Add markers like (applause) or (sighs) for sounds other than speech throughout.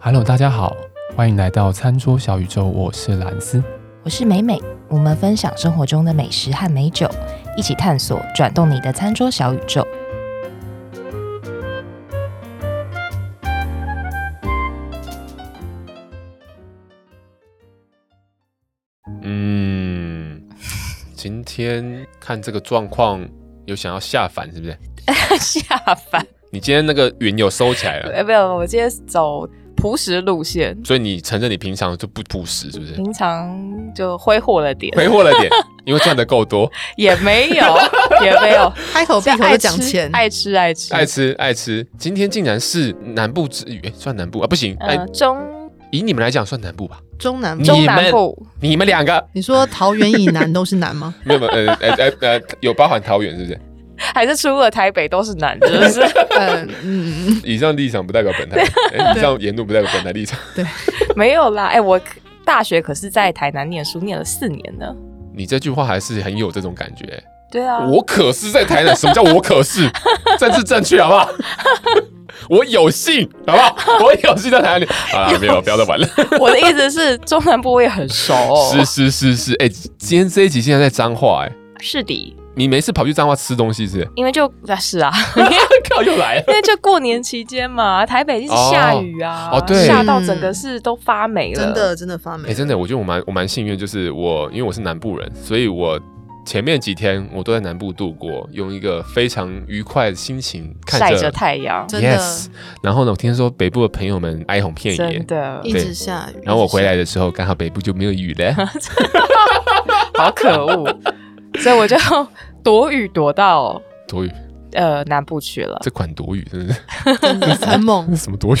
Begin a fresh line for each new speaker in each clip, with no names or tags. Hello，大家好，欢迎来到餐桌小宇宙，我是蓝斯。
我是美美，我们分享生活中的美食和美酒，一起探索转动你的餐桌小宇宙。
嗯，今天看这个状况，有想要下凡是不是？
下凡。
你今天那个云有收起来了，
哎，没有，我今天走朴实路线，
所以你承认你平常就不朴实是不是？
平常就挥霍了点，
挥霍了点，因为赚的够
(laughs)
多，
也没
(laughs)
有，也没有，
开口闭口就讲钱，
爱吃爱吃
爱
爱吃，
吃爱吃。今天竟然是南部之旅，哎算南部啊？不行，哎、
呃，中
以你们来讲算南部吧？
中南部。
中南部
你们两个
你说桃园以南都是南 (laughs) 吗？
没有没有呃呃呃呃有包含桃园是不是？
还是除了台北都是
(laughs)
男的，是不是
嗯嗯，
以上立场不代表本台，
(laughs)
哎以上言论不代表本台立场。
没有啦。哎，我大学可是在台南念书，念了四年呢。
你这句话还是很有这种感觉、哎
对啊，
我可是在 (laughs) 台南，什么叫我可是？政治正确好不 (laughs) 好？我有幸好不 (laughs) 好？我有幸在台南。啊，没有，不要再玩了。
我的意思是，中南部我也很熟、
是是是是，哎、今天这一集现在在彰化、哎，
是的，
你没事跑去彰化吃东西是不是？
因为就啊是啊，
(laughs) 靠，又来了。
因为就过年期间嘛，台北一直下雨啊，
哦哦对
下到整个是都发霉了，
(laughs) 真的真的发
哎、
霉。
真的，我觉得我蛮我蛮幸运，就是我因为我是南部人，所以我前面几天我都在南部度过，用一个非常愉快的心情看
晒着太阳，
真的
Yes，然后呢，我听说北部的朋友们哀鸿遍野
真，的
一直下雨。
然后我回来
一直
的时候，刚好北部就没有雨了。
好可恶，
(laughs)
所以我就躲雨躲到
躲雨，
呃南部去了。
这款躲雨真的是，
下雨， (laughs) 真的啊很猛
什么躲雨？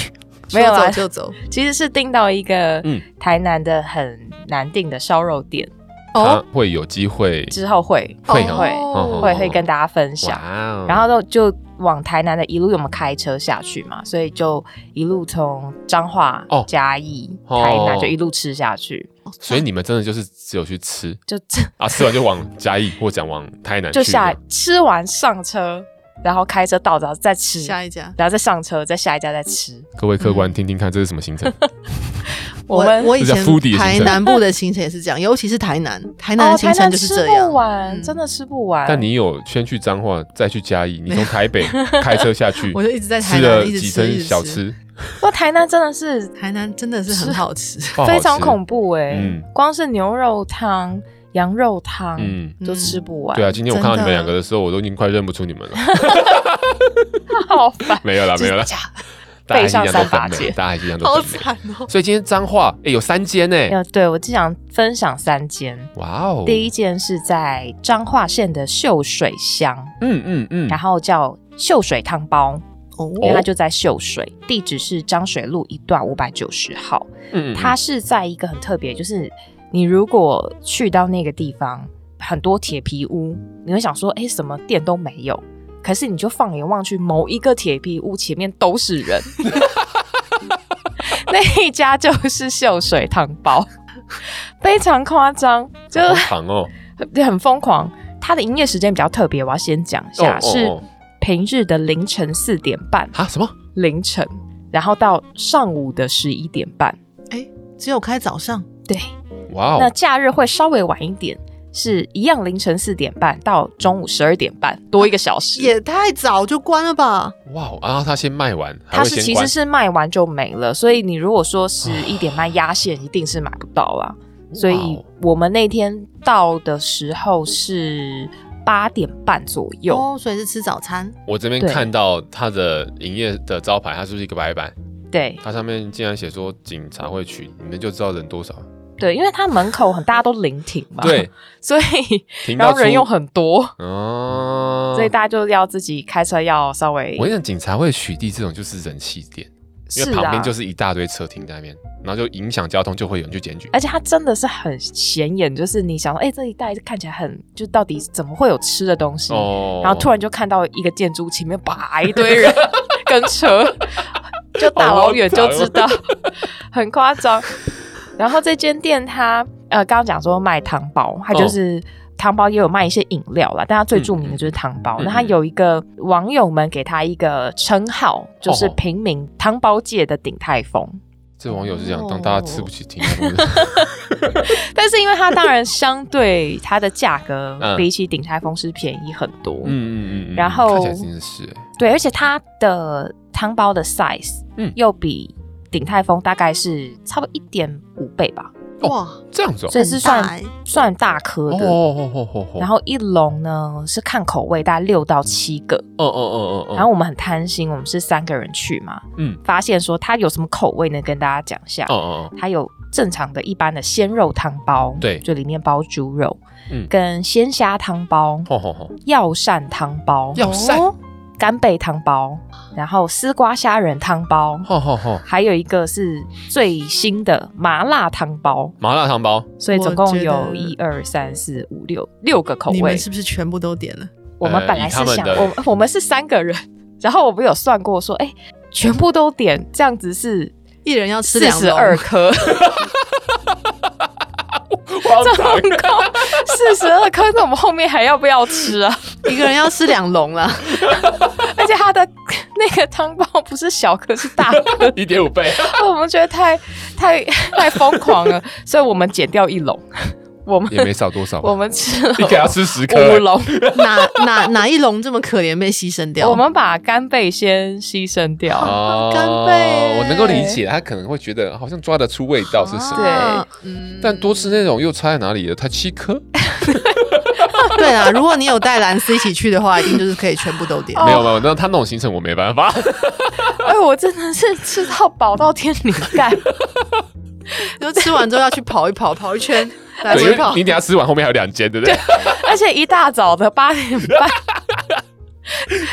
没有
说
啦
走就走。
其实是订到一个
嗯
台南的很难订的烧肉店，
(laughs) 它
哦，
会有机会
之后会
会
会
哦
会会跟大家分享。
哇哦
然后呢，就往台南的一路，因为我们开车下去嘛，所以就一路从彰化
哦、
嘉义、
哦
台南就一路吃下去，
所以你们真的就是只有去吃
就 (laughs) 这
啊，吃完就往嘉义或讲往台南去
就下
这样
吃完上车，然后开车到，然后再吃，
下一家。
然后再上车，再下一家再吃。
各位客官，听听看这是什么行程？
我们
我以
这
前
叫 foodie 的行程
台南部的行程也是这样，尤其是台南，台南
哦，
的行
台
程
南
就是
吃
这样
不。完，
嗯
真的吃不完。
但你有先去彰化，再去嘉义，你从台北开车下去，
我就一直在台
吃
南
了
一直
几
吃，一
餐
直
小。吃，
说台南真的是
台南真的是很好吃，
爆好
非常
吃
恐怖哎、
嗯
光是牛肉汤、羊肉汤、
嗯。
都吃不完，
对啊，
(laughs)
今天我
真的
看到你们两个的时候，我都已经快认不出你们了。
好烦。
啊
没有啦，没有啦，大家还是一样都
背上三八
很美，
戒
大家还是一样都
好
很美。
惨哦。
所以今天彰化哎有三间呢，
呃，对我只想分享三间。
哇哦！
第一间是在彰化县的秀水乡，
嗯嗯嗯
然，后叫秀水汤包，因为
哦，
它就在秀水，地址是彰水路一段五百九十号。
嗯嗯
它是在一个很特别，就是你如果去到那个地方，很多铁皮屋，你会想说，哎、什么店都没有。可是你就放眼望去，某一个铁皮屋前面都是人，
(laughs)
那一家就是秀水汤包，非常夸张，就
好长哦，
很很疯狂。它的营业时间比较特别，我要先讲一下，
哦哦
是
哦
平日的凌晨四点半，
(laughs) 啊什么？
凌晨，然后到上午的十一点半。
哎，只有开早上，
对，
哇
那
哦！
假日会稍微晚一点，是一样凌晨四点半到中午十二点半，多一个小时。
也太早就关了吧？
哇哦！然后他先卖完，还
它
会
是
先
其
关
实是卖完就没了，所以你如果说十一点半压线，一定是买不到啊。
哦
所以我们那天到的时候是八点半左右，
哦，所以是吃早餐。
我这边
对
看到他的营业的招牌，它是不是一个白板？
对
它上面竟然写说警察会取，你们就知道人多
(laughs)
少。
对，因为它门口很大家都临停嘛，
对，，
(laughs) 所以
停
然
到
后人
出
又很多，
哦，
所以大家就要自己开车要稍微
我跟你讲，警察会取缔这种就是人气店，因为
啊
旁边就是一大堆车停在那边，然后就影响交通，就会有人去检
(laughs)
举。
而且它真的是很显眼，就是你想说，哎、这一带看起来很，就到底怎么会有吃的东西？
哦
嗯然后突然就看到一个建筑前面叭一堆
(laughs)
人跟车，就打老远就知道，
啊
(laughs) 很夸张。然后这间店它呃，刚刚讲说卖汤包，它
哦
就是。汤包也有卖一些饮料啦，但它最著名的就是汤包。
嗯嗯
那它有一个网友们给它一个称号，就是
哦
平民汤包界的鼎泰丰。
这网友是这样，
哦
当大家吃不起停锅
(laughs)
的，
但是因为它当然相对它的价格
嗯
比起鼎泰丰是便宜很多，
嗯嗯嗯嗯，
然后
看起来真的是欸，
对，而且它的汤包的 size
嗯
又比鼎泰丰大概是差不多一点五倍吧，
哦
哇，
这样子哦，
所以是
很
算
大欸
算大颗
哦
的。
哦哦哦哦，
然后一笼呢是看口味，大概六到七个。
哦哦哦哦哦，
然后我们很贪心，我们是三个人去嘛，
嗯
发现说它有什么口味呢？跟大家讲一下，
哦哦哦，
它有正常的一般的鲜肉汤包，
对
就里面包猪肉，
嗯
跟鲜虾汤包、
吼吼吼，
药膳汤包、
药膳
哦干贝汤包，
啊
然后丝瓜虾仁汤包，
吼吼吼，
还有一个是最新的麻辣汤包，
麻辣汤包，
所以总
我
共
觉得
有一二三四五六六个口
你
味
们。是不是全部都点了？
我们
呃
本来
以
是
他们
想，
的
我们我们是三个人， (laughs) 然后我们有算过说，哎、全部都点，这样子是
一人要
四
吃两
十二
笼
颗，
(laughs)
这，
总共四十二颗，那我们后面还要不要吃啊？
一个人要吃两笼啦。
而且它的 (laughs) 那个汤包不是小颗，是大颗
一点五倍，
(laughs) 我们觉得太太太疯狂了，所以我们减掉一笼， (laughs) 我们
也没少多少吧，
我们吃了
(laughs) 你给他吃十颗
五
欸，
笼，
(laughs) 哪哪哪一笼这么可怜被牺牲掉？
我们把干贝先牺牲掉。
哦
干贝
我能够理解，他可能会觉得好像抓得出味道是什么，
啊，嗯
但多吃那种又差在哪里了？它七颗，
对啦，如果你有带蓝丝一起去的话，一定就是可以全部都点。
哦
没有没有，那他那种行程我没办法，
哎，我真的是吃到饱到天灵盖。 (laughs)
就吃完之后要去跑一跑，跑一圈，来
对，因
回
为
跑
你。等一下吃完后面还有两间，对不对？
而且一大早的八点半，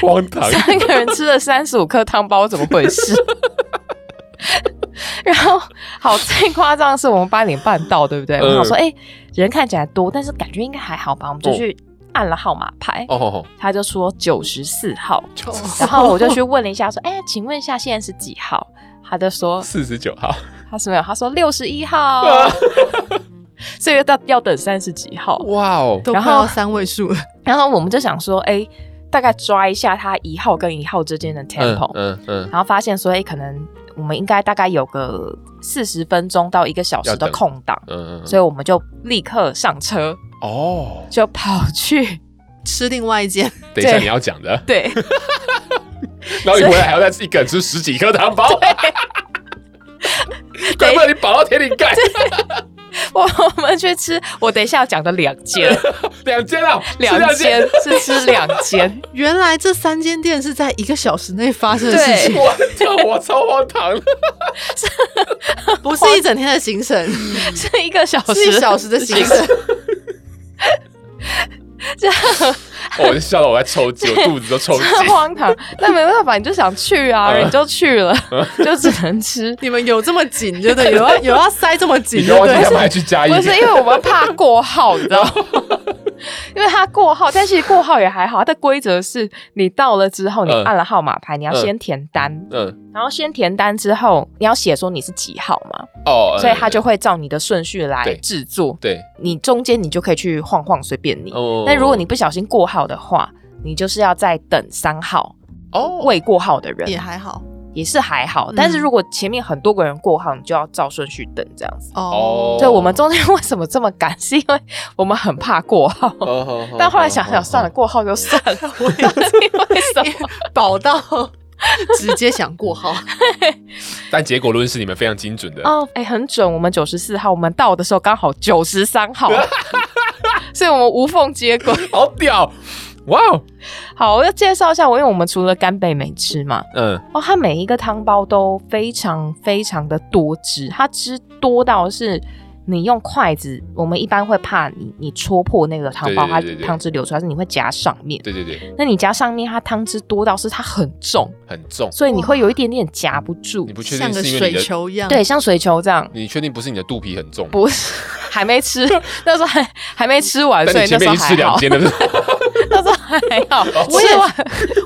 荒唐，
三个人吃了三十五颗汤包，怎么回事？ (laughs) 然后，好，最夸张的是我们八点半到，对不对？
嗯
我想说，哎、人看起来多，但是感觉应该还好吧，我们就去按了号码牌，
哦吼吼，
他就说九十四号，
哦
然后我就去问了一下，说，哎、请问一下现在是几号？他就说
四十九号，
他是没有，他说六十一号，
啊
(laughs) 所以要到要等三十几号。
哇哦，
都快要三位数了，
然后我们就想说，哎、大概抓一下他一号跟一号之间的 tempo，、
嗯嗯，
然后发现说，哎、可能我们应该大概有个四十分钟到一个小时
要
的
等
空档，
嗯嗯，
所以我们就立刻上车，
哦，
就跑去
吃另外一间，
等一下
对
你要讲的，
对
然后你回来还要再吃一个人吃十几颗糖包，怪不得你饱到天灵盖，
我我们去吃，我等一下要讲的两
(laughs)
间，
两间啊，吃
两间是吃两间，
原来这三间店是在一个小时内发生的事
对
情，
我这我超荒唐的，
(laughs)
不是一整天的行程，
是一个小时，
(laughs) 是一小时的行程。
哦我就笑到我在抽筋，我肚子都抽筋，
很荒唐，但没办法，你就想去
(laughs)
啊，
嗯
你就去了，就只能吃。
(laughs) 你们有这么紧，就对，有要有要塞这么紧，
你
就
跟我讲，
对
他。们还去加一
不，是因为我们怕过号，你知道吗？ (laughs) 因为他过号，但是过号也还好。它的规则是你到了之后，你
嗯
按了号码牌，你要
嗯
先填单，
嗯，
然后先填单之后，你要写说你是几号嘛，
哦，
所以他就会照你的顺序来
对
制作。
对，
你中间你就可以去晃晃，随便你。
哦
但如果你不小心过号的话，你就是要再等三号
哦
未过号的人，
也还好
也是还好。
嗯
但是如果前面很多个人过号，你就要照顺序等这样子。
哦，
对，我们中间为什么这么赶？是因为我们很怕过号，
哦
(laughs) 但后来想想，算了，，过号就算了。我到底为什么？
饱到 (laughs) 直接想过号，
嗯
但结果论是你们非常精准的，
(laughs) 哦，哎，很准，我们九十四号，我们到的时候刚好九十三号，所以我们无缝接轨。
好屌，哇哦，
好，我要介绍一下，我因为我们除了干贝没吃嘛，
嗯，
哦，它每一个汤包都非常非常的多汁，它汁多到是你用筷子，我们一般会怕你你戳破那个汤包，
对对对对
它汤汁流出来，但是你会夹上面。
对对对，
那你夹上面，它汤汁多到是它很重，
很重，
所以你会有一点点夹不住
你，不确
像
定
个
是因为
水
你的，
球一样。
对，，像水球这样。
你确定不是你的肚皮很重？
不是，还没
(laughs)
吃，那时候还还没吃完，所
但
以
你前
那时
面
候
已经吃
还
两
好，
间了，
(laughs) 那时候还好。
我也
吃完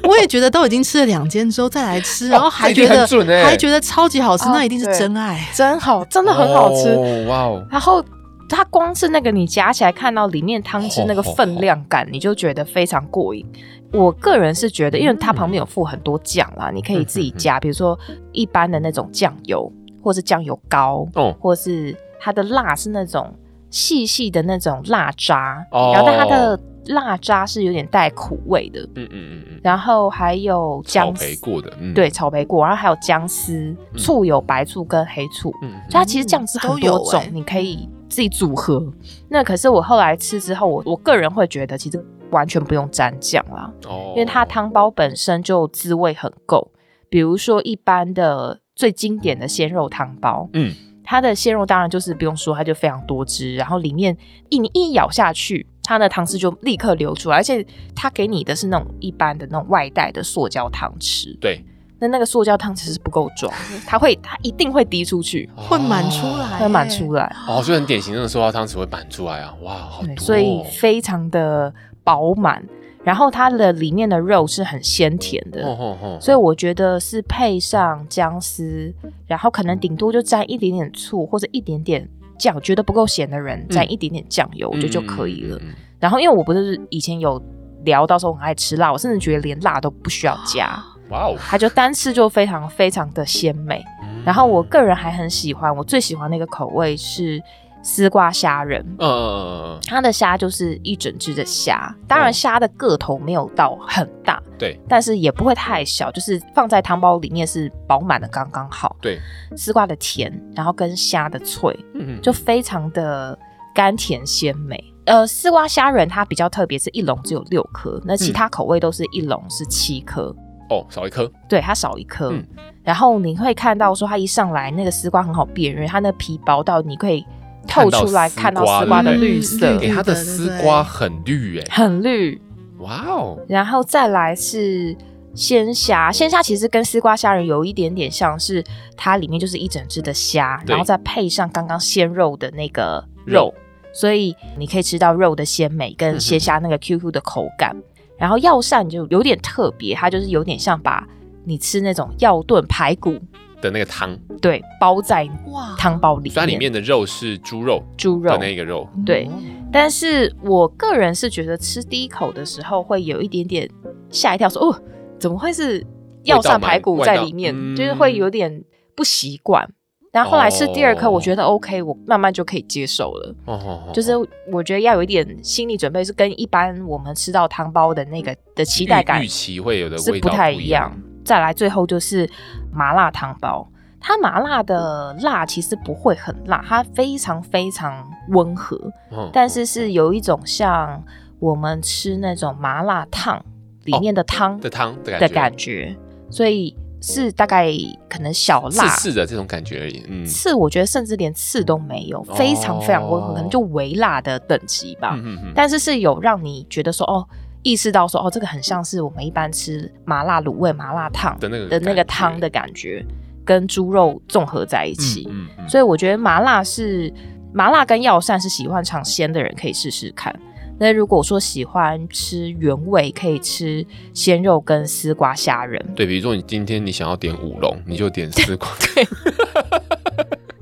我也觉得都已经吃了两间之后再来吃，然后
(laughs)
还
这
觉
一定
得
很准欸
还觉得超级好吃，
哦
那一定是真爱。
真好，真的很好吃。
哇哦，
然后它光是那个你夹起来看到里面汤汁那个分量感，你就觉得非常过瘾。我个人是
嗯
觉得，因为它旁边有附很多酱啦，你可以自己加，比如说一般的那种酱油。或是酱油膏，
哦
或是它的辣是那种细细的那种辣渣，
哦
然后但它的辣渣是有点带苦味的，
嗯嗯嗯嗯，
然后还有
草
姜丝
莓过的，嗯，
对，草莓果，然后还有姜丝，
嗯
醋有白醋跟黑醋，
嗯，嗯，
所以它其实酱汁很
都有
多种，
欸
你可以自己组合。那可是我后来吃之后，我我个人会觉得其实完全不用沾酱啦，
哦，
因为它汤包本身就滋味很够。比如说一般的最经典的鲜肉汤包，
嗯，
它的鲜肉当然就是不用说，它就非常多汁，然后里面一你一咬下去，它的汤汁就立刻流出来，而且它给你的是那种一般的那种外带的塑胶汤匙，
对，
那那个塑胶汤匙是不够装的，它会它一定会滴出去，
会满出
哎
哦
来，
会满出来。
哦，所以很典型，那个塑料汤匙会满出来啊，哇，好多
对，
哦，
所以非常的饱满。然后它的里面的肉是很鲜甜的，
哦哦哦，
所以我觉得是配上姜丝，然后可能顶多就沾一点点醋或者一点点酱，觉得不够咸的人沾一点点酱油，我觉得就可以
嗯
了。
嗯。嗯嗯嗯
然后因为我不是以前有聊到说我很爱吃辣，我甚至觉得连辣都不需要加，
(gasps) 嗯哇哦，
它就单吃就非常非常的鲜美。
嗯
然后我个人还很喜欢，我最喜欢那个口味是丝瓜虾仁，
嗯嗯嗯嗯
它的虾就是一整只的虾，当然
哦
虾的个头没有到很大，
对，
但是也不会太小，就是放在汤包里面是饱满的刚刚好。
对，
丝瓜的甜，然后跟虾的脆，
嗯，嗯
就非常的甘甜鲜美。呃，丝瓜虾仁它比较特别，是一笼只有六颗，那其他口味都是一笼是七颗，
哦少一颗，
对，它少一颗。
嗯
然后你会看到说它一上来那个丝瓜很好辨认，它那皮薄到你可以透
看到
出来
丝
看到
瓜嗯
丝瓜
对
的
不对
绿色，
诶
绿
它的
绿的
丝
对
瓜很绿诶，
很绿。
哇哦，
然后再来是鲜虾，鲜虾其实跟丝瓜虾仁有一点点像是，它里面就是一整只的虾，
对
然后再配上刚刚鲜肉的那个
肉
肉，所以你可以吃到肉的鲜美
嗯
跟
哼
鲜虾那个 QQ 的口感。然后药膳就有点特别，它就是有点像把你吃那种药炖排骨，
的那个汤，
对，包在
哇，
汤包里
所以它里
面，
面的肉是猪肉
猪
的
肉
那个肉，
对，但是我个人是觉得吃第一口的时候会有一点点吓一跳说哦，怎么会是药膳排骨在里面
味道？嗯吗
就是会有点不习惯。然后后来吃第二颗，
哦
我觉得 OK，我慢慢就可以接受了。
哦哦，哦
就是我觉得要有一点心理准备，是跟一般我们吃到汤包的那个的期待感
预预期会有的
是
味
不
道
太
一
一样。。再来，最后就是麻辣汤包，它麻辣的辣其实不会很辣，它非常非常温和。
嗯
但是是有一种像我们吃那种麻辣烫里面的汤
的汤的感
的
觉，
感觉，哦所以是大概可能小
刺
辣
刺的这种感觉而已，嗯
刺我觉得甚至连刺都没有，非常非常温和，
哦
可能就微辣的等级吧。
嗯嗯嗯，
但是是有让你觉得说哦，意识到说哦，这个很像是我们一般吃麻辣卤味、麻辣烫
的那个
的那个
感觉
汤的感觉，跟猪肉综合在一起。
嗯嗯，
所以我觉得麻辣是麻辣跟药膳是喜欢尝鲜的人可以试试看。那如果说喜欢吃原味，可以吃鲜肉跟丝瓜虾仁。
对，比如说你今天你想要点五龙，你就点丝瓜，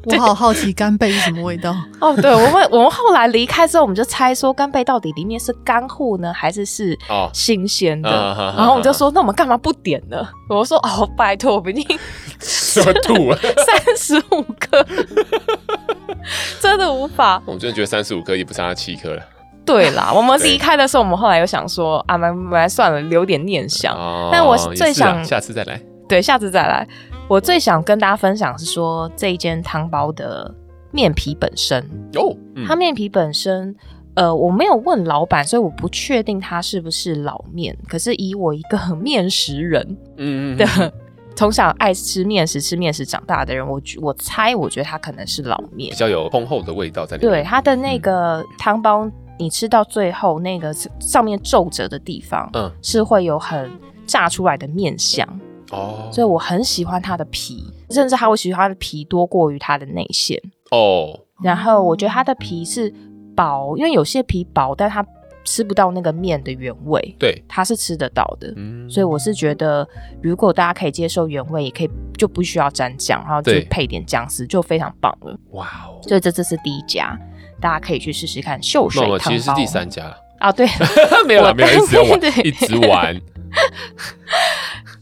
我好好奇干贝是什么味
(laughs)
道，
哦，对，我们我们后来离开之后，我们就猜说干贝到底里面是干货呢，还是是
哦
新鲜的？ (laughs)
嗯哼
然后我们就说，那我们干嘛不点呢？我说哦，拜托，我们已经
什么吐啊？
三十五 (laughs) 颗，真的无法。
(laughs) 我真的觉得三十五颗也不差七颗了。
对啦，我们
对
离开的时候，我们后来又想说啊，蛮蛮算了，留点念想。
哦
但我
也
最
是啊
想
下次再来。
对，下次再来。我最想跟大家分享是说这一间汤包的面皮本身，
哦，嗯
它面皮本身，呃，我没有问老板，所以我不确定它是不是老面。可是以我一个 (laughs) 面食人
嗯嗯嗯
的，从小爱吃面食、吃面食长大的人，我觉我猜，我觉得它可能是老面
比。较有丰厚的味道在里面。
对，它的那
嗯
个汤包，你吃到最后那个上面皱褶的地方，
嗯
是会有很炸出来的面香，
哦，
所以我很喜欢它的皮，甚至还会喜欢它的皮多过于它的内馅。
哦，
然后我觉得它的皮是薄，因为有些皮薄，但它吃不到那个面的原味，
对，
它是吃得到的。
嗯，
所以我是觉得，如果大家可以接受原味，也可以就不需要沾酱，然后就
对
配点姜丝，就非常棒了。
哇哦，
所以这次是第一家，大家可以去试试看秀水
那
汤包。
我其实是第三家了， (laughs)
啊，对， (laughs)
没有啦，
我
没有，一直玩，
对
一直玩。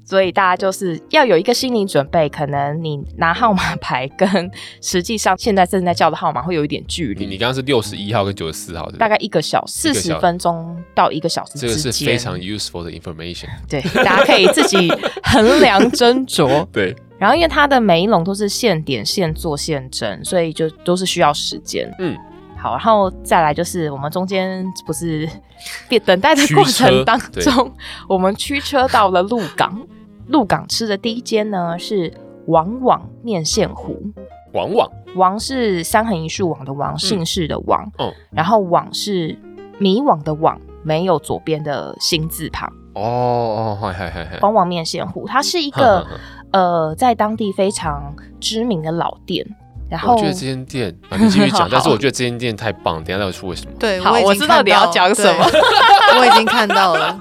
所以大家就是要有一个心理准备，可能你拿号码牌跟实际上现在正在叫的号码会有一点距
你你
离，
刚刚是六十一号跟九十四号，对不对
大概一个小
嗯
四
一个小
十分钟到一个小时
这个
之
是非
间。
常 useful 的 information。
对，大家可以自己衡量斟酌。
对，
然后，因为它的每一笼都是现点、现做、现蒸，所以就都是需要时间。
嗯，
好，然后再来就是我们中间不是 (laughs) 变等待的过
驱车
程当
对
中，我们驱车到了鹿港。鹿港吃的第一间呢是王网面线糊，
往往
王是三横一竖网的王，姓氏的王，
嗯哦
然后网是迷惘的网，没有左边的心字旁。
哦哦，嗨嗨嗨嗨，
王网面线糊，它是一
哼
个
哼哼
呃，在当地非常知名的老店。然后
我觉得这间店，啊、你继续
好
讲，但是我觉得这间店太棒，等一下再说为什么。
对，
好
已经
我知道
看
你要
到
讲什么，
对 (laughs) 我已经看到了。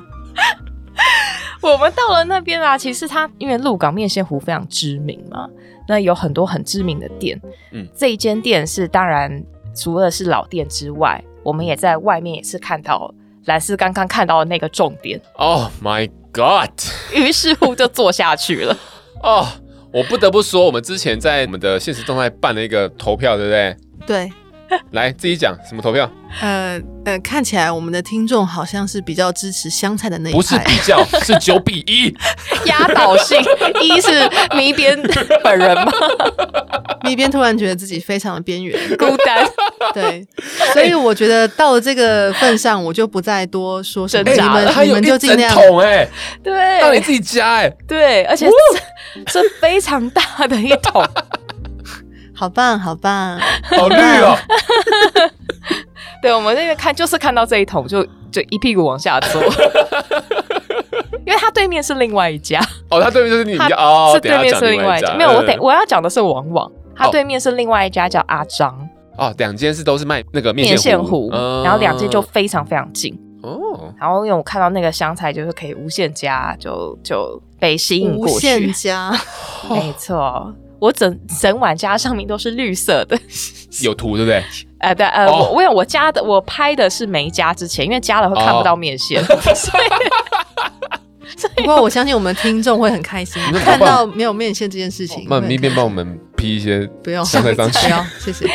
我们到了那边啊，其实它因为鹿港面线糊非常知名嘛，那有很多很知名的店。
嗯
这一间店是当然除了是老店之外，我们也在外面也是看到蓝斯刚刚看到的那个重 (laughs) 点，
Oh my god！
于是乎就坐下去 (laughs) 了。
哦、我不得不说，我们之前在我们的现实动态办了一个投票，对不对？
对，
来自己讲什么投票？
呃呃，看起来我们的听众好像是比较支持香菜的那一
不是
派
比，较，是九比一。
压倒性，一是迷边本人嘛，
那边突然觉得自己非常的边缘。
(laughs) 孤单。
对，所以我觉得到了这个份上，我就不再多说什么。
挣
你
扎了
们
它
你
有
们就
一
尽
整
量
桶哎、
对，
让你自己加哎、
对，而且这这非常大的一桶，
好棒，好棒。
好绿哦、
对我们那边看就是看到这一桶就就一屁股往下坐，因为它对面是另外一家，
哦，它对面就是你
它
家哦，
是对面
等
是
一
另
下讲
外
一
一
家
家，没有，我
嗯
得我要讲的是王网，它
哦
对面是另外一家叫阿张
哦，两间是都是卖那个
面线
糊
糊，，
嗯
然后两间就非常非常近，
哦，
然后因为我看到那个香菜就是可以无限加，就就被吸引
无
过
限
去，
嗯
加，
没错。我整整碗家上面都是绿色的， (laughs)
有图对不对？
呃，对，呃，
哦
我我有我加的，我拍的是没加之前，因为加了会看不到面线，所以
不过我相信我们听众会很开心
你们，
看
好棒
到没有面线这件事情。
那
会很
咪边
开
帮我们 P 一些
不用，
香菜上去
不用，谢谢。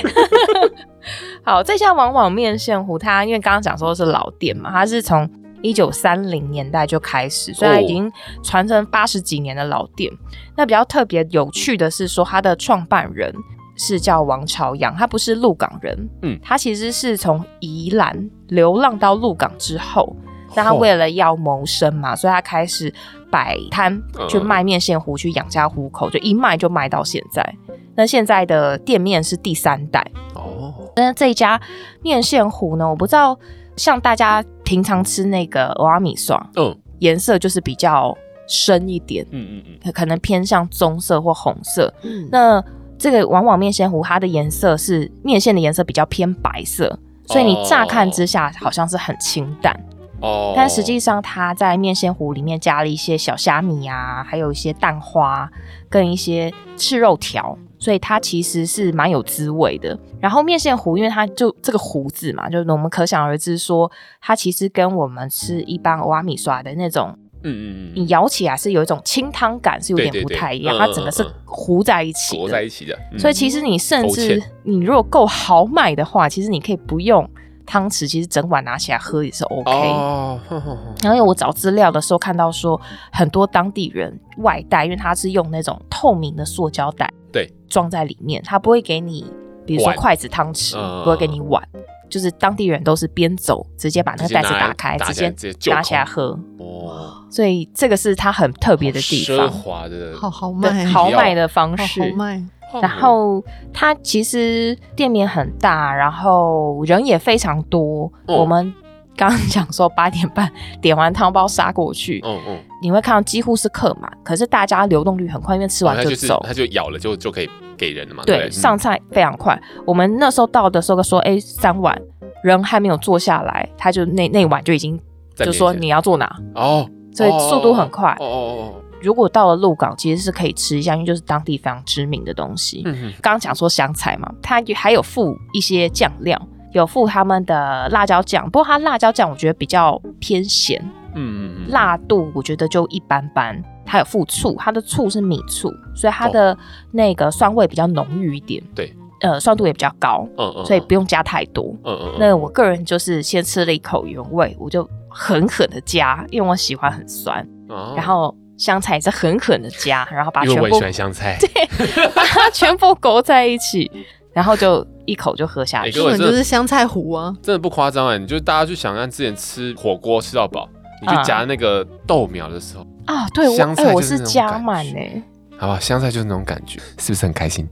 好，这家往往面线糊它，因为刚刚讲说是老店嘛，它是从一九三零年代就开始，
哦
所以它已经传承八十几年的老店。那比较特别有趣的是说，它的创办人是叫王朝阳，他不是鹿港人，
嗯
嗯，他其实是从宜兰流浪到鹿港之后，那他
哦
为了要谋生嘛，所以他开始摆摊
嗯
去卖面线糊，去养家糊口，就一卖就卖到现在。那现在的店面是第三代，
哦，
但是这一家面线糊呢，我不知道像大家平常吃那个欧阿米刷，
嗯
颜色就是比较深一点，
嗯嗯嗯，
可可能偏向棕色或红色。
嗯
那这个往往面线糊，它的颜色是面线的颜色比较偏白色，所以你乍看之下好像是很清淡，
哦，
但实际上它在面线糊里面加了一些小虾米啊，还有一些蛋花跟一些赤肉条，所以它其实是蛮有滋味的。然后面线糊，因为它就这个糊字嘛，就是我们可想而知说，它其实跟我们吃一般欧阿米刷的那种，
嗯嗯嗯
你咬起来是有一种清汤感，是有
对
点不
对对
太一样，
嗯
它整个是
嗯嗯
糊在一起
裹
的，
在一起的，嗯
所以其实你甚
勾
至
芡
你如果够豪迈的话，其实你可以不用汤匙，其实整碗拿起来喝也是 OK。
哦，哼哼哼 (laughs)
然后因为我找资料的时候看到说，很多当地人外带，因为它是用那种透明的塑胶袋，
对，
装在里面，它不会给你，比如说
碗
筷子、汤匙
嗯，
不会给你碗，就是当地人都是边走直接把那个袋子打开，
直
直
接拿
接
直接就口
拿起来喝，
哦，
所以这个是它很特别的地
奢
方，
华的，哦
好豪迈
对，
哦，
豪迈的方
好
式
豪。迈。
然后它其实店面很大，然后人也非常多。
哦
我们刚刚讲说八点半点完汤包杀过去，
嗯嗯，
你会看到几乎是客满，可是大家流动率很快，因为吃
然
完
后它
就
就是嗯
走。
它就咬了就就可以给人了嘛，
对，
不
上菜非常快。我们那时候到的时候说，哎，三碗，人还没有坐下来，他就那那碗就已经
在
就
面前
说你要坐哪。
嗯哦，
所以速度很快
哦哦哦，
如果到了鹿港，其实是可以吃一下，因为就是当地非常知名的东西。
嗯嗯
刚刚讲说香菜嘛，它也还有附一些酱料，有附他们的辣椒酱，不过它辣椒酱我觉得比较偏咸，
嗯嗯嗯，
辣度我觉得就一般般。它有附醋，它的醋是米醋，所以它的那个酸味比较浓郁一点。
对，
呃，酸度也比较高，
嗯嗯，
所以不用加太多。
嗯嗯嗯
那我个人就是先吃了一口原味，我就狠狠的加，因为我喜欢很酸，
嗯，哦
然后香菜也是狠狠的加，然后把它
因为
全
我也
部
喜欢香菜，
把 (laughs) 它全部勾在一起，然后就一口就喝下
哎
去。
各
根
位
本
真
就
的
是香菜糊啊！
真的不夸张哎，你就大家去想象之前吃火锅吃到饱，你去
嗯
夹那个豆苗的时候，
啊，对，我
香
哎、
菜
我
就是
是
那种
加
感
满
觉
哎、
好吧，香菜就是那种感觉，是不是很开
(laughs)
心？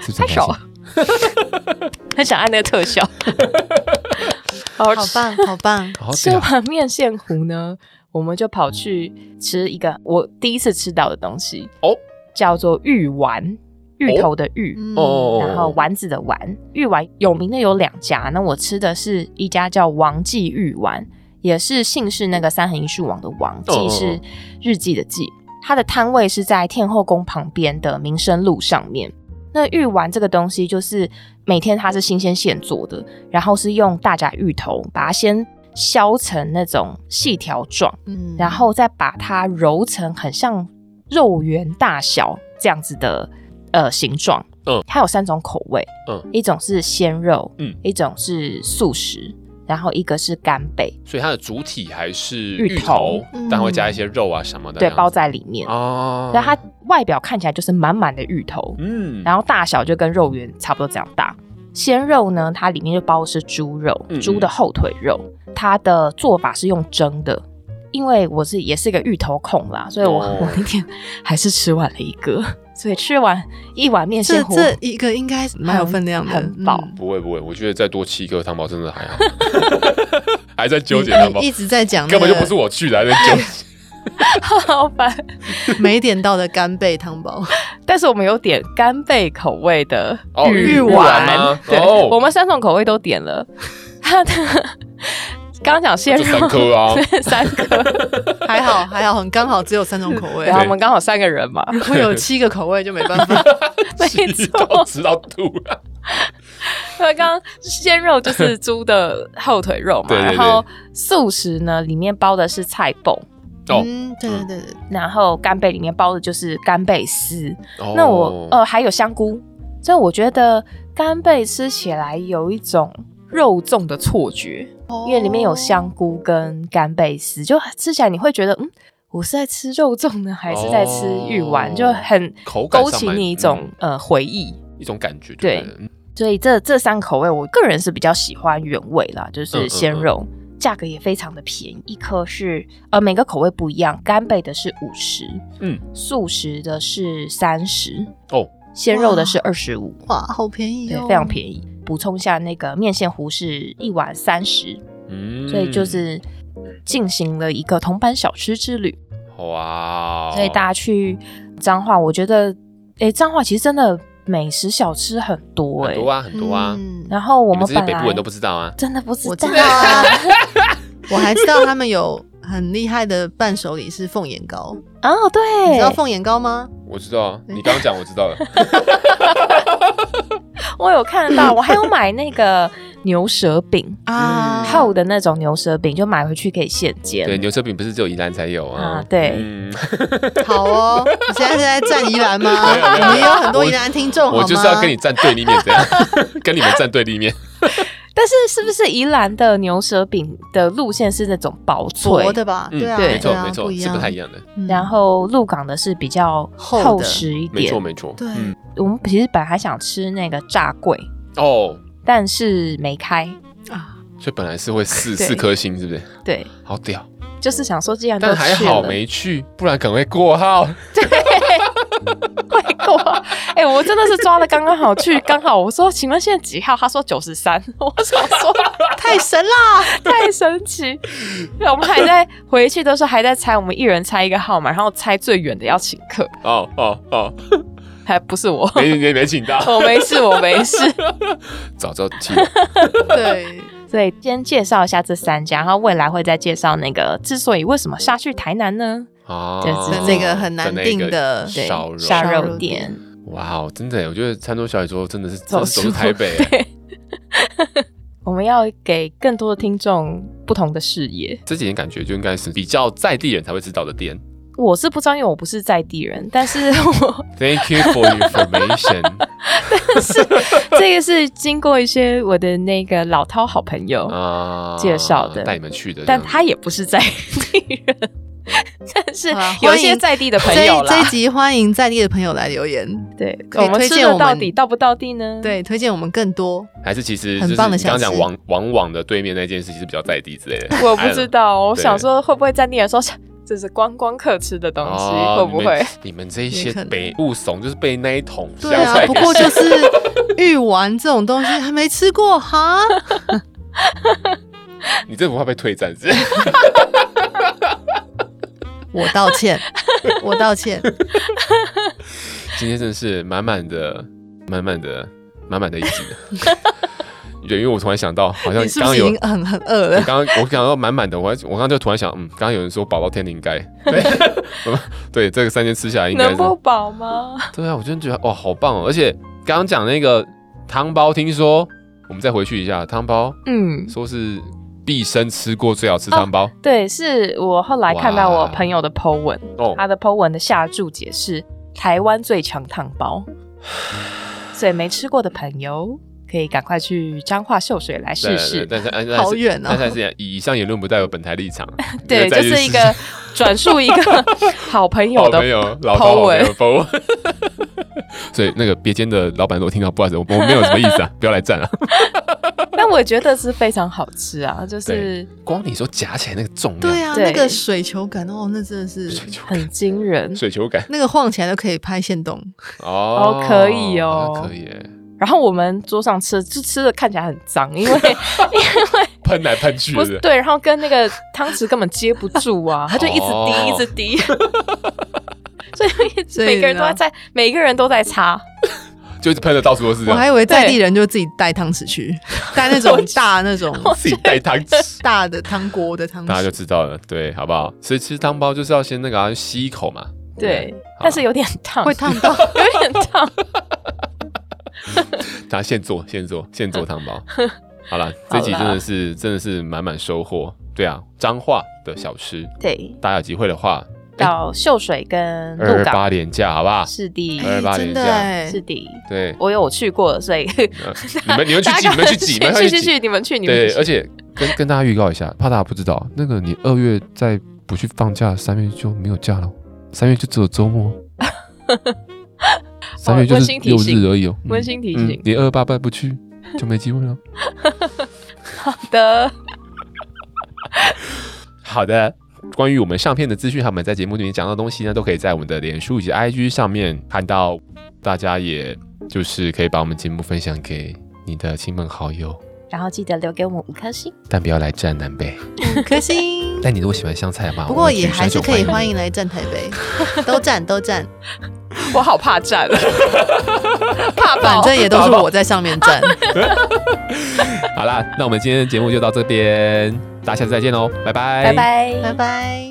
是不是很开
太
心
少？很想按那个特效。 (laughs) 好
好
吃
棒，好棒！
好
吃 (laughs)
屌，
完面线糊呢，我们就跑去吃一个我第一次吃到的东西
哦，
叫做芋丸，芋头的芋。
嗯
哦哦，哦
然后丸子的丸，玉丸有名的有两家，那我吃的是一家叫王记玉丸，也是姓氏那个三横一竖王的王，
哦哦哦
记是日记的记。它的摊位是在天后宫旁边的民生路上面。那玉丸这个东西，就是每天它是新鲜现做的，然后是用大甲芋头把它先削成那种细条状，
嗯
然后再把它揉成很像肉圆大小这样子的呃形状。
嗯
它有三种口味，
嗯
一种是鲜肉，
嗯
一种是素食，然后一个是干贝，
所以它的主体还是
芋嗯
芋头
头，
但会加一些肉啊什么的，
对，
这样子
包在里面。
哦，
然后它外表看起来就是满满的芋头，
嗯，
然后大小就跟肉圆差不多这样大。鲜肉呢，它里面就包的是猪肉
嗯嗯，
猪的后腿肉。它的做法是用蒸的，因为我是也是个芋头控啦，所以我、
哦
(laughs) 我那天还是吃完了一个， (laughs) 所以吃完一碗面
这
线糊
这一个应该蛮有分量的，
很饱
嗯
不会不会，我觉得再多七颗汤包真的还
(laughs)
好，还在纠结
你
汤包
你，嗯一直在讲、那
根
个，
本就不是 (laughs) 我去的，还在纠结。
好烦。
没点到的干贝汤包。
(laughs) 但是我们有点干贝口味的
哦
芋
芋
丸
丸，
吗
对，
哦
我们三种口味都点了。 (laughs) 它的刚刚讲鲜
就
肉
三颗
(laughs)
啊
对三
(laughs)
颗，
还好还好，很刚好，只有三种口味
然。后我们刚好三个人嘛，
如果有七个口味就没办
(laughs)
法。
没
气
错
到吃到吐啊了。
对，刚刚鲜肉 (laughs) 就是猪的后腿肉嘛，
对对对
然后素食呢里面包的是菜脯，
哦
嗯，对对对对，
然后干贝里面包的就是干贝丝。
哦
那我呃还有香菇，所以我觉得干贝吃起来有一种肉粽的错觉，因为里面有香菇跟干贝丝，就吃起来你会觉得嗯。我是在吃肉粽呢，还是在吃玉丸？
哦
就很
口感
勾
上
起
蛮
你一种、
嗯
呃回忆。
一种感觉，
对
不，嗯
所以这这三口味，我个人是比较喜欢原味啦，就
嗯嗯
是
嗯
鲜肉，价格也非常的便宜，一颗是呃每个口味不一样，干贝的是五十，
嗯，
素食的是三十，
哦，
鲜肉的是二十五，
哇，好便宜
对
哦，，
非常便宜。补充一下，那个面线糊是一碗三十，
嗯，
所以就是进行了一个同班小吃之旅。
哇哦，
所以大家去彰化，我觉得，诶，彰化其实真的美食小吃很多、诶。
很多啊，很多啊，
嗯
然后我
你们
们
这些
本
北
来
部人都不知道啊，
真的不知
我知
道
道啊， (laughs) 我还知道他们有很厉害的伴手礼是凤眼糕，
(laughs) 哦，对，
你知道凤眼糕吗？
我知道
(laughs)
啊，你刚刚讲我知道了，
我有看
(laughs)
到，我还有买那个牛舌饼，
啊，
厚的那种牛舌饼，就买回去可以现
对，
煎。
牛舌饼不是只有宜兰才有啊
啊，对
嗯，
好哦，你现在是在站宜兰吗？
(laughs) 没有没有
我们也有很多宜兰听众， (laughs) 好吗
我就是要跟你站对立面，
(laughs)
这样跟你们站对立面，
但是是不是宜兰的牛舌饼的路线是那种薄脆
薄的吧？
嗯
对啊，
对
没错
对啊
没错，
不一
是
样，
不太一样的，
嗯
然后鹿港的是比较
厚的
厚实一
没
点
错。没错，
对
嗯
我们其实本来还想吃那个炸桂，
哦，
但是没开。
所以本来是会四
对
四颗星，是不是？
对，
好屌，
就是想说，既然都
但还
去
好
了，
没去，不然可能会过号。
会过。 (laughs) 哎、我真的是抓的刚刚好去， (laughs) 刚好我说，请问现在几号？他说九十三。 (laughs) 我想说，
太神
(laughs)
啦！
太神奇！我们还在回去的时候还在猜，我们一人猜一个号码，然后猜最远的要请客，
哦哦
(laughs)
哦，
还不是我，
没没没请到，
我没事，我没事。
早知道请
(laughs)
我。
对，
所以先介绍一下这三家，然后未来会再介绍那个之所以为什么下去台南呢？
哦
就是
那个很难定的
的那
对，
个烧肉。
沙
肉
肉店。
哇哦，真的耶，我觉得餐桌小宇宙真的是
走
真
(laughs)
是走出
出
台北耶，
对， (laughs) 我们要给更多的听众不同的视野。
这几年感觉就应该是比较在地人才会知道的店。
我是不知道，因为我不是在地人，但
(laughs)
是我
Thank you for your
(laughs)
information (laughs)
这个是经过一些我的那个老饕好朋友，
啊，
介绍的
带你们去的这样
但
子，
他也不是在地人， (laughs) 但是
好啦
有一
啊欢迎
些在地的朋
这
友
一这一
啦。
集欢迎在地的朋友来留言，
对，
可以
我们
推
吃
荐
的
我
到
们
底到不到地呢？，
对，推荐我们更多。
还是其实
很
就是
棒的
你刚刚
小
讲
吃
往往往的对面那件事，其实比较在地之
(laughs)
类的。 (laughs)
我不知道，我
对
想说会不会在地人说这是观光客吃的东西，
哦
会不
你们
会？
你们这一
也
些
可能
北雾怂就是被那一桶香
对啊，
菜
不
给 (laughs)
过就是玉丸这种东西还没吃过哈。
你这不怕被退战是不 (laughs) 是？
我道歉，我道歉。
今天真的是满满的、满满的、满满的一集。
(laughs)
(laughs) 对，因为我突然想到，好像
你是
刚
不
刚
是已
有，
经很很饿
我
了？
刚刚我想到满满的，我还我刚刚就突然想，嗯，刚刚有人说饱到天灵盖，对，对，这个三天吃下来应该
能
是，
不饱吗？
对啊，我真的觉得哇，好棒哦！而且刚刚讲那个汤包，听说我们再回去一下，汤包
嗯，
说是毕生吃过最好吃汤包
对，是我后来看到我朋友的 Po 文，
哦，
他的 Po 文的下注解是台湾最强汤
(sighs)
包，所以没吃过的朋友可以赶快去彰化秀水来试
对对
试。，
但是但是
好远哦
但是还是以以上言论不代表本台立场你
对，就
再去
是一个转述一个好朋
(laughs)
友
好
的
朋友，老高好朋友包文。 (laughs) 所以那个别间的老板如果听到，不好意思，我我没有什么意思啊，不要来战啊。
但我觉得是非常好吃啊，就是
光你说夹起来那个重量，
对啊，
对
那个水球感哦，那真的是
水球
很惊人。
水球感
那个晃起来都可以拍现动。
哦
(laughs) 哦可以哦
好像可以耶，
然后我们桌上吃，就吃的看起来很脏，
(laughs)
因为
喷来喷去
不
的。
是对，然后跟那个汤匙根本接不住啊，
(laughs)
它就一直
哦
滴，一直滴。 (laughs) 所以
所以
每个人都
呢
在，每个人都在擦，
就一直喷的到处都是这啊
我还
样，
以为在地人就自己带汤匙去，带那种大那种
自己带汤
(laughs)
匙。
大的汤锅的汤
(laughs) 大家就
匙。
知道了，对，好不好？所以吃汤包就是要先那个、啊、吸一口嘛，
对
好，
但是有点烫，
会烫
(laughs)
到，
(laughs) 有点烫。
大家现做现做现做汤
(laughs)
包。好了，这集真的是真的是满满收获。对啊，彰化的小吃，
对，
大家有机会的话，
到秀水跟
二
鹿
二
港
八连假好不好？
是的，
哎28
真
年
的
假
哎
是，的，
对，
我有去过，所以
呃你们你们去挤，你们去挤，你
(laughs)
们
大家赶快去去
挤
去，。你们去，你们
对，
去
而。且跟跟大家预告一下，怕大家不知道，那个你二月再不去放假，三月就没有假了，三月就只有周
(laughs)
末。三月就
哦温
是
馨提
六日
醒
而已哦。嗯
温馨提
嗯
醒
你二八拜不去就没机会了。嗯
的，
(laughs) 好的，关于我们上片的资讯，还有我们在节目里面讲到的东西呢，都可以在我们的脸书以及 IG 上面看到。大家也就是可以把我们节目分享给你的亲朋好友，
然后记得留给我们五颗星。
但不要来占南北。
五颗星。
但你如果喜欢香菜嘛，
不过
哎我们
也
举
还是
双手
可以
欢
欢迎来站台北，都站都站，
我好怕站， (laughs) 怕
反
爆。
正也都是我在上面站。
好啦，那我们今天的节目就到这边，大家下次再见喽，拜拜，
拜拜。
拜拜。